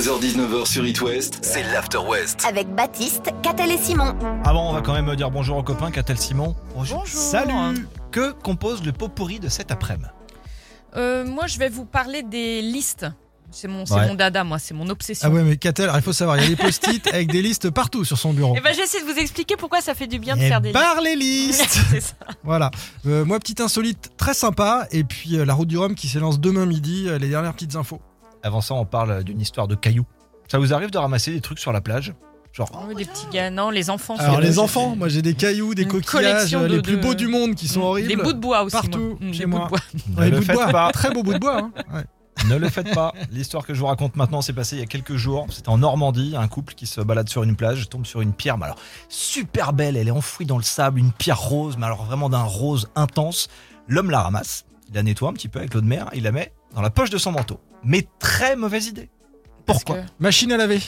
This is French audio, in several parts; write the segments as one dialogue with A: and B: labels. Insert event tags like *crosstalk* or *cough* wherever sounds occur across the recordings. A: 16h-19h sur It West, c'est l'After West.
B: Avec Baptiste, Catel et Simon.
C: Avant, Ah on va quand même dire bonjour aux copains, Catel Simon. Bonjour. Salut. Que compose le pot pourri de cet après-midi
D: Euh, moi, je vais vous parler des listes. C'est mon, c'est
C: Ouais.
D: mon dada, moi, c'est mon obsession.
E: Ah ouais, mais Catel, alors, il faut savoir, il y a des post-it avec des listes partout sur son bureau.
D: Et ben, j'essaie de vous expliquer pourquoi ça fait du bien ben, de
E: Et
D: faire des listes.
E: par Eh ben,
D: *laughs*
E: les listes
D: C'est ça.
E: Voilà. Euh, moi, petite insolite très sympa. Et puis, euh, la route du Rhum qui s'élance demain midi, euh, les dernières petites infos.
C: Avant ça, on parle d'une histoire de cailloux. Ça vous arrive de ramasser des trucs sur la plage Genre,
D: Oh, des petits gars, non, les enfants.
E: Alors,
D: c'est-
E: les enfants, moi j'ai des cailloux, des
D: Une
E: coquillages,
D: collection
E: euh,
D: de-
E: les plus
D: de-
E: beaux du monde qui sont horribles.
D: Des Mm. bouts de bois aussi.
E: Partout,
D: moi. Mm,
E: chez
D: des
E: moi.
D: bouts de bois.
C: ne
E: Ouais, les
C: le
E: bouts de
C: faites
E: bois,
C: pas.
E: Très beau bout de bois. hein. Ouais.
C: Ne le faites pas. L'histoire que je vous raconte maintenant s'est passée il y a quelques jours. C'était en Normandie. Un couple qui se balade sur une plage tombe sur une pierre. Mais alors, super belle. Elle est enfouie dans le sable. Une pierre rose. Mais alors, vraiment d'un rose intense. L'homme la ramasse. Il la nettoie un petit peu avec l'eau de mer. Il la met dans la poche de son manteau. Mais très mauvaise idée.
D: Parce
C: Pourquoi
D: que-
E: *laughs* Machine à laver.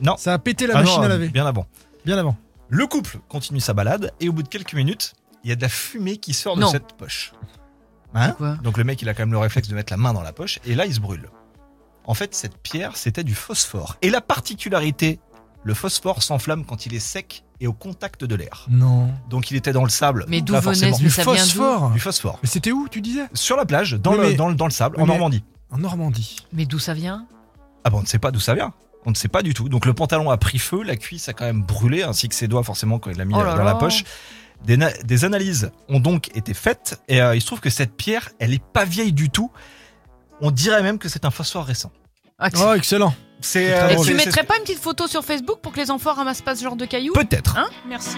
C: Non.
E: Ça a pété la
C: Ah non,
E: machine à laver.
C: Bien avant.
E: Bien avant.
C: Le couple continue sa balade. Et au bout de quelques minutes, il y a de la fumée qui sort de
D: Non.
C: cette poche. Hein
D: Pourquoi
C: Donc le mec, il a quand même le réflexe de mettre la main dans la poche, et là, il se brûle. En fait, cette pierre, c'était du phosphore. Et la particularité, le phosphore s'enflamme quand il est sec et au contact de l'air.
E: Non.
C: Donc il était dans le sable.
F: Mais
C: donc
F: d'où
C: pas
F: venait
C: forcément
F: ce-
E: Du
F: ça vient d'où
E: phosphore.
C: du phosphore.
E: Mais c'était où, tu disais
C: Sur la plage, dans,
E: Oui,
C: le,
E: mais-
C: dans, le, dans le sable,
E: oui,
C: en
E: mais-
C: Normandie.
E: En Normandie.
F: Mais d'où ça vient
C: Ah bah on ne sait pas d'où ça vient. On ne sait pas du tout. Donc le pantalon a pris feu, la cuisse a quand même brûlé, ainsi que ses doigts forcément quand il l'a mis
D: Oh
C: euh,
D: là
C: dans la
D: là.
C: poche. Des, na- des analyses ont donc été faites et euh, il se trouve que cette pierre, elle est pas vieille du tout. On dirait même que c'est un phosphore récent.
F: Ah, que-
E: Oh, excellent.
C: C'est.
E: très
C: euh,
F: Et
E: drôle.
C: c'est-
F: tu
C: c'est-
F: mettrais pas une petite photo sur Facebook pour que les enfants ramassent pas ce genre de cailloux
C: Peut-être.
F: Hein Merci.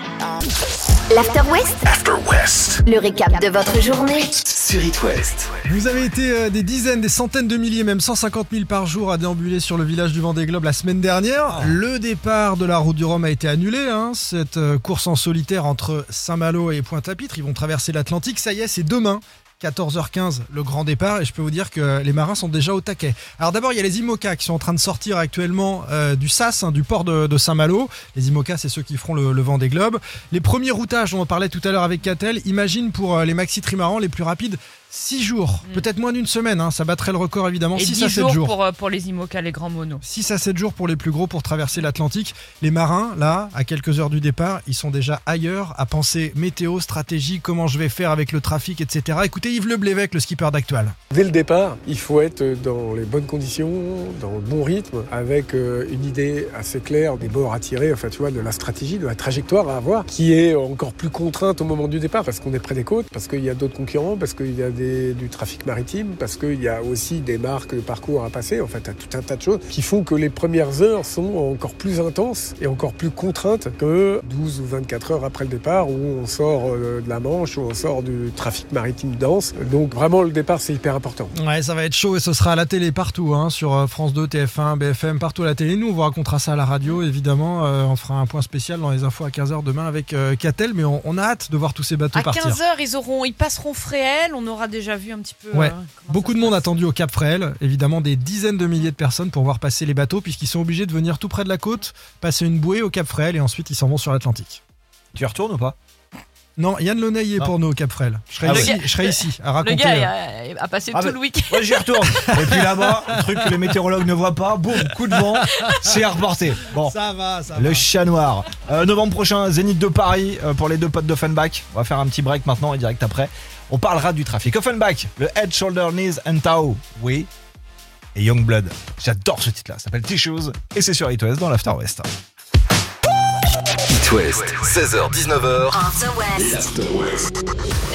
B: L'After West,
A: After West,
B: le récap de votre journée.
A: sur It West.
E: Vous avez été euh, des dizaines, des centaines de milliers, même 150 000 par jour à déambuler sur le village du Vendée Globe la semaine dernière. Le départ de la route du Rhum a été annulé. hein. Cette euh, course en solitaire entre Saint-Malo et Pointe-à-Pitre, ils vont traverser l'Atlantique. Ça y est, c'est demain. 14h15, le grand départ, et je peux vous dire que les marins sont déjà au taquet. Alors d'abord, il y a les IMOCA qui sont en train de sortir actuellement euh, du SAS, hein, du port de, de Saint-Malo. Les IMOCA, c'est ceux qui feront le, le vent des globes. Les premiers routages, on en parlait tout à l'heure avec Catel, imagine pour euh, les maxi trimarans les plus rapides, 6 jours,
D: Mm.
E: peut-être moins d'une semaine, hein, ça battrait le record évidemment,
D: Et
E: 6
D: 10
E: à 7
D: jours,
E: jours.
D: Pour, euh, pour les IMOCA, les grands monos.
E: 6 à 7 jours pour les plus gros pour traverser l'Atlantique. Les marins, là, à quelques heures du départ, ils sont déjà ailleurs à penser météo, stratégie, comment je vais faire avec le trafic, etc. Écoutez Yves Leblévec, le skipper d'actuel.
G: Dès le départ, il faut être dans les bonnes conditions, dans le bon rythme, avec euh, une idée assez claire des bords à tirer, enfin tu vois, de la stratégie, de la trajectoire à avoir, qui est encore plus contrainte au moment du départ, parce qu'on est près des côtes, parce qu'il y a d'autres concurrents, parce qu'il y a des- du trafic maritime, parce qu'il y a aussi des marques de parcours à passer, en fait, t'as tout un tas de choses qui font que les premières heures sont encore plus intenses et encore plus contraintes que 12 ou 24 heures après le départ, où on sort euh, de la Manche, où on sort du trafic maritime dense. Donc vraiment, le départ, c'est hyper important.
E: Ouais, ça va être chaud et ce sera à la télé partout, hein, sur euh, France 2, TF1, BFM, partout à la télé. Nous, on vous racontera ça à la radio, évidemment. Euh, on fera un point spécial dans les infos à 15h demain avec euh, Catel, mais on, on a hâte de voir tous ces bateaux
D: À
E: partir.
D: 15h, ils, auront, ils passeront Fréhel. On aura déjà vu un petit peu. euh,
E: Ouais.
D: comment
E: Beaucoup
D: ça
E: de
D: se
E: monde
D: passe.
E: attendu au Cap Fréhel, évidemment des dizaines de milliers de personnes pour voir passer les bateaux puisqu'ils sont obligés de venir tout près de la côte, passer une bouée au Cap Fréhel et ensuite ils s'en vont sur l'Atlantique.
D: hein
C: Tu y retournes ou pas
E: Non, Yann Lenay y est
C: Ah.
E: pour nous au Cap Fréhel. Je serai,
C: Ah
E: ici,
D: ouais.
E: je serai ici à
D: Le
E: raconter.
D: gars
E: euh,
D: il a, a passé
C: Ah
D: tout
C: bah-
D: le week-end.
C: Moi j'y retourne. Et puis là-bas, un truc que les météorologues ne voient pas, boum, coup de *laughs* vent, c'est à reporter. Bon.
E: Ça va, ça
C: Le
E: va.
C: chat noir. Euh, novembre prochain, Zénith de Paris euh, pour les deux potes d'Offenbach. On va faire un petit break maintenant et direct après. On parlera du trafic. Offenbach, le Head, Shoulder, Knees and Tao. Oui. Et Youngblood. J'adore ce titre-là. Ça s'appelle T-Shoes. Et c'est sur It West dans l'After West.
A: It West, 16h-19h,
B: On the West,
A: l'After West.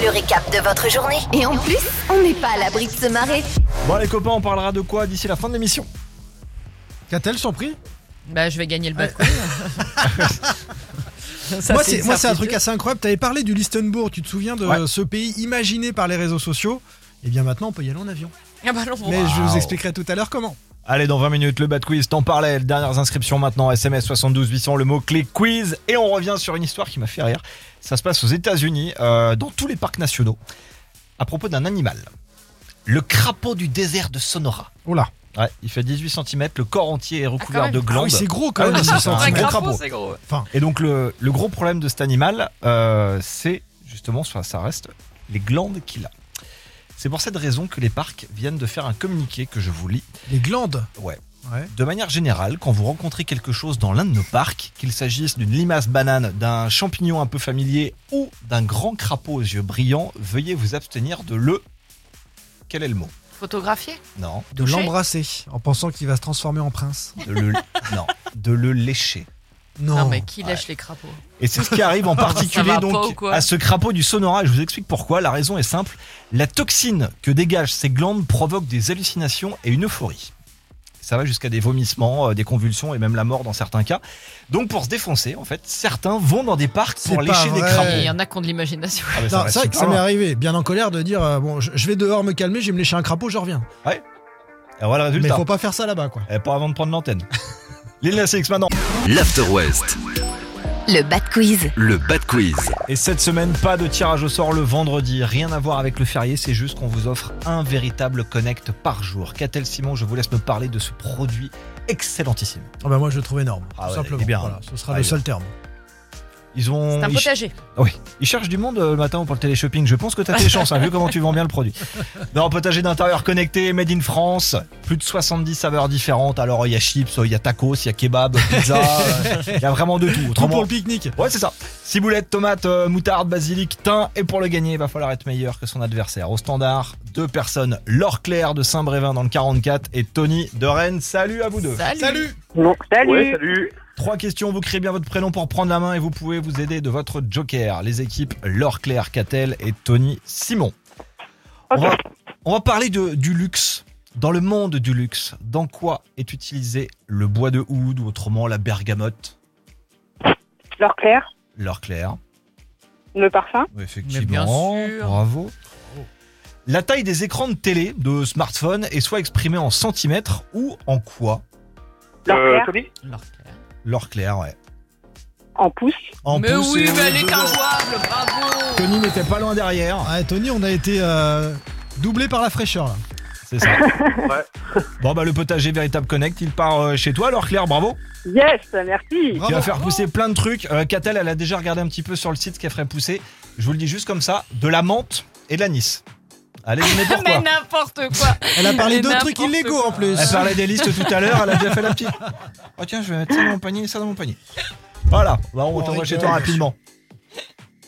B: le récap de votre journée. Et en plus, on n'est pas à l'abri de se marrer.
C: Bon, les copains, on parlera de quoi d'ici la fin de l'émission
E: Qu'a-t-elle surpris
D: Bah, je vais gagner le bas
F: *laughs*
D: de couille. Ça,
E: Moi, c'est,
D: une
E: moi, c'est un
D: certitude.
E: truc assez incroyable. T'avais parlé du Listenbourg, tu te souviens de
C: Ouais.
E: ce pays imaginé par les réseaux sociaux Eh bien maintenant, on peut y aller en avion.
D: Ah bah non, bon.
E: Mais je
C: Wow.
E: vous expliquerai tout à l'heure comment.
C: Allez, dans 20 minutes, le bad quiz, t'en parlais. Les dernières inscriptions maintenant, SMS 72 800, le mot-clé quiz. Et on revient sur une histoire qui m'a fait rire. Ça se passe aux États-Unis, euh, dans tous les parcs nationaux, à propos d'un animal. Le crapaud du désert de Sonora.
E: Oh là.
C: Ouais, il fait 18 cm, le corps entier est recouvert
D: quand même.
C: de
E: Ah
C: glandes.
E: oui, c'est gros quand
C: Ah
E: même.
C: oui,
E: 18
C: c'est un
D: Un
E: centimètres.
C: gros
D: crapaud,
C: crapaud.
D: c'est gros. ouais.
C: Et donc, le, le gros problème de cet animal, euh, c'est justement, ça, ça reste les glandes qu'il a. C'est pour cette raison que les parcs viennent de faire un communiqué que je vous lis.
E: Les glandes.
C: Ouais.
E: Ouais.
C: De manière générale, quand vous rencontrez quelque chose dans l'un de nos parcs, qu'il s'agisse d'une limace banane, d'un champignon un peu familier ou d'un grand crapaud aux yeux brillants, veuillez vous abstenir de le. Quel est le mot
F: Photographier
C: Non.
E: De l'embrasser en pensant qu'il va se transformer en prince.
C: De le. non. De le lécher.
E: Non.
F: Non, Ah, mais qui lèche les crapauds
C: Et c'est ce qui
F: *laughs*
C: arrive en particulier
F: va pas ou
C: donc
F: quoi
C: à ce crapaud du Sonora. Et je vous explique pourquoi. La raison est simple. La toxine que dégagent ces glandes provoque des hallucinations et une euphorie. Ça va jusqu'à des vomissements, euh, des convulsions et même la mort dans certains cas. Donc pour se défoncer, en fait, certains vont dans des parcs
E: C'est
C: pour
E: pas
C: lécher des
E: vrai.
C: crapauds.
E: Ouais.
F: Euh, Il y en a qui ont de l'imagination.
C: Ah, mais ça
E: Non,
C: va
E: c'est vrai que ça
C: super
E: m'est
C: loin.
E: arrivé, bien en colère, de dire euh, bon, je, je vais dehors me calmer, je vais me lécher un crapaud, je reviens.
C: Et Ah, voilà le
E: Mais
C: résultat.
E: faut pas faire ça là-bas, quoi.
C: Eh, Pas avant de prendre l'antenne. *laughs* L'île de la CX maintenant.
A: L'After West,
B: Le Bad Quiz.
A: le Bad Quiz.
C: Et cette semaine, pas de tirage au sort le vendredi. Rien à voir avec le férié, c'est juste qu'on vous offre un véritable connect par jour. Catel Simon, je vous laisse me parler de ce produit excellentissime.
E: Ah bah moi je le trouve énorme,
C: Ah ouais,
E: tout
C: il
E: simplement.
C: est bien.
E: Voilà, ce sera
C: Ah,
E: le
C: il est
E: seul terme.
C: Ils ont.
D: C'est un
C: ils ch-
D: potager.
C: Ils cherchent du monde euh, le matin pour le téléshopping. Je pense que t'as tes chances, hein, vu comment tu vends bien le produit. Non, potager d'intérieur connecté, made in France. Plus de 70 saveurs différentes. Alors, il y a chips, il y a tacos, il y a kebab, pizza. euh, Il y a vraiment de tout.
E: Tout
C: Autrement-
E: pour le pique-nique.
C: Ouais, c'est ça. Ciboulette, tomate, euh, moutarde, basilic, thym. Et pour le gagner, il va falloir être meilleur que son adversaire. Au standard, deux personnes. Laure Claire de Saint-Brévin dans le 44 et Tony de Rennes. Salut à vous deux.
F: Salut
H: Salut.
C: Trois questions, vous créez bien votre prénom pour prendre la main et vous pouvez vous aider de votre joker. Les équipes Laure Claire Catel et Tony Simon. On va, on va parler de- du luxe. Dans le monde du luxe, dans quoi est utilisé le bois de houde ou autrement la bergamote
H: Laure Claire,
C: Laure Claire.
H: le parfum.
C: Effectivement.
F: Mais bien sûr. Oh.
C: Bravo. La taille des écrans de télé, de smartphone, est soit exprimée en centimètres ou en quoi
H: Laure Claire,
C: Laure Claire, ouais.
H: en pouce.
C: En
F: Mais
C: pouce
F: oui,
C: et-
F: mais elle est injouable, bravo
C: Tony n'était pas loin derrière.
E: Ouais, Tony, on a été euh, doublé par la fraîcheur là.
C: C'est ça. Bon, bah, le potager Véritable Connect, il part euh, chez toi, alors Claire, bravo.
H: Yes, merci.
C: Tu
E: Bravo.
C: vas faire pousser plein de trucs. Euh, Catel, elle a déjà regardé un petit peu sur le site ce qu'elle ferait pousser. Je vous le dis juste comme ça de la menthe et de l'anis.
F: *laughs*
C: Allez, venez
F: Mais
C: pourquoi
F: n'importe quoi
E: Elle a parlé
F: Mais
E: d'autres trucs
F: n'importe
E: illégaux
F: quoi.
E: en plus.
C: Elle parlait des listes tout à l'heure, elle a déjà fait la petite. Oh tiens, je vais mettre ça dans mon panier et ça dans mon panier. Voilà, bah, on
E: On
C: retourne
E: rigole.
C: chez toi rapidement.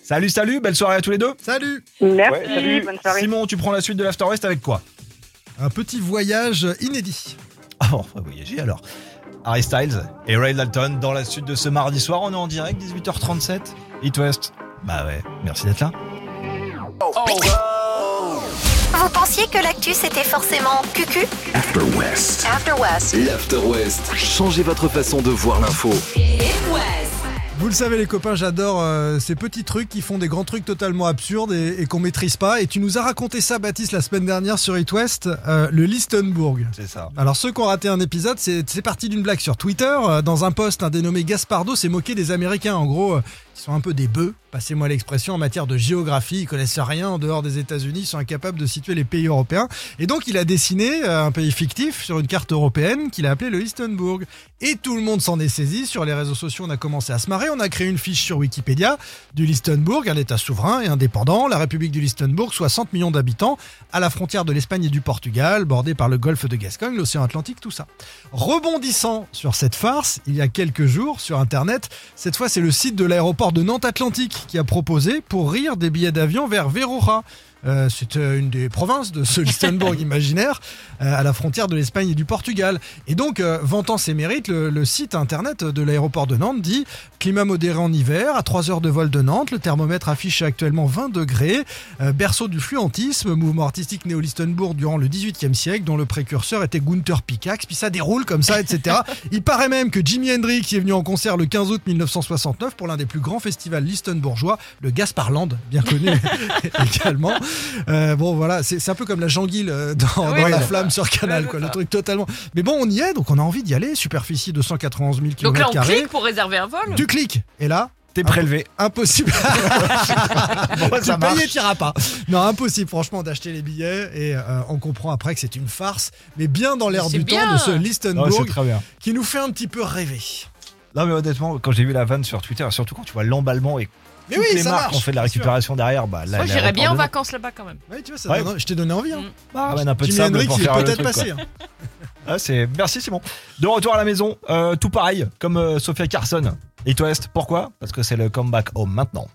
C: Salut, salut, belle soirée à tous les deux.
E: Salut
H: Merci, bonne soirée.
C: Simon, tu prends la suite de l'After West avec quoi
E: Un petit voyage inédit.
C: Ah bon, on va voyager alors. Harry Styles et Ray Dalton dans la suite de ce mardi soir. On est en direct, 18h37. It West. Bah ouais, merci d'être là.
B: Vous pensiez que l'actu c'était forcément cucu
A: After West.
B: After West.
A: L'After West. Changez votre façon de voir l'info.
E: Vous le savez les copains, j'adore euh, ces petits trucs qui font des grands trucs totalement absurdes et, et qu'on maîtrise pas. Et tu nous as raconté ça, Baptiste, la semaine dernière sur It West, euh, le Listenburg.
C: C'est ça.
E: Alors ceux qui ont raté un épisode, c'est c'est parti d'une blague sur Twitter. Euh, Dans un post, un dénommé Gaspardo s'est moqué des Américains. En gros, euh, ils sont un peu des bœufs, passez-moi l'expression, en matière de géographie. Ils connaissent rien en dehors des États-Unis, ils sont incapables de situer les pays européens. Et donc il a dessiné euh, un pays fictif sur une carte européenne qu'il a appelé le Listenburg. Et tout le monde s'en est saisi. Sur les réseaux sociaux, on a commencé à se marrer. On a créé une fiche sur Wikipédia du Listenburg, un État souverain et indépendant, la République du Listenburg, 60 millions d'habitants, à la frontière de l'Espagne et du Portugal, bordée par le golfe de Gascogne, l'océan Atlantique, tout ça. Rebondissant sur cette farce, il y a quelques jours, sur Internet, cette fois c'est le site de l'aéroport de Nantes Atlantique qui a proposé, pour rire, des billets d'avion vers Verora. Euh, c'est euh, une des provinces de ce *laughs* Listenburg imaginaire, euh, à la frontière de l'Espagne et du Portugal. Et donc, euh, vantant ses mérites, le, le site internet de l'aéroport de Nantes dit climat modéré en hiver, à 3 heures de vol de Nantes, le thermomètre affiche actuellement 20 degrés, euh, berceau du fluentisme, mouvement artistique néo-Listenbourg durant le 18e siècle, dont le précurseur était Gunther Picax, puis ça déroule comme ça, etc. Il paraît même que Jimi Hendrix est venu en concert le 15 août 1969 pour l'un des plus grands festivals listenbourgeois, le Gasparland, bien connu également. Euh, bon, voilà, c'est c'est un peu comme la janguille euh, dans,
F: Oui,
E: dans La
F: oui.
E: Flamme sur Canal, quoi, le truc totalement. Mais bon, on y est, donc on a envie d'y aller, superficie 291 000 km.
F: Donc là, on clique pour réserver un vol
E: Tu cliques, et là,
C: T'es prélevé.
E: impossible.
C: Bon,
E: *laughs* Tu
C: ça
E: payes et
C: marche.
E: t'iras pas. Non, impossible, franchement, d'acheter les billets. Et euh, on comprend après que c'est une farce, mais bien dans l'air
F: Mais c'est
E: du temps
F: bien.
E: de ce
C: Non, c'est
E: Listenburg
C: très bien.
E: qui nous fait un petit peu rêver.
C: Non mais honnêtement, quand j'ai vu la vanne sur Twitter, surtout quand tu vois l'emballement et
E: Mais
C: toutes
E: oui,
C: les
E: ça
C: marques
E: marche,
C: ont fait de la
E: bien sûr.
C: récupération derrière, bah là,
F: Moi, j'irais bien en
C: l'aéroport
F: vacances là-bas quand même.
E: Ouais, tu vois, ça
C: Ouais. Ah
E: donne- je t'ai donné envie. Hein.
C: de Nantes ramène un peu de
E: Jimi
C: sable
E: Hendrix
C: pour
E: il est
C: faire le
E: peut-être
C: truc, quoi.
E: passé. hein.
C: Ah, c'est... Merci Simon. De retour à la maison, euh, tout pareil, comme euh, Sophia Carson. Et West, pourquoi Parce que c'est le comeback home maintenant.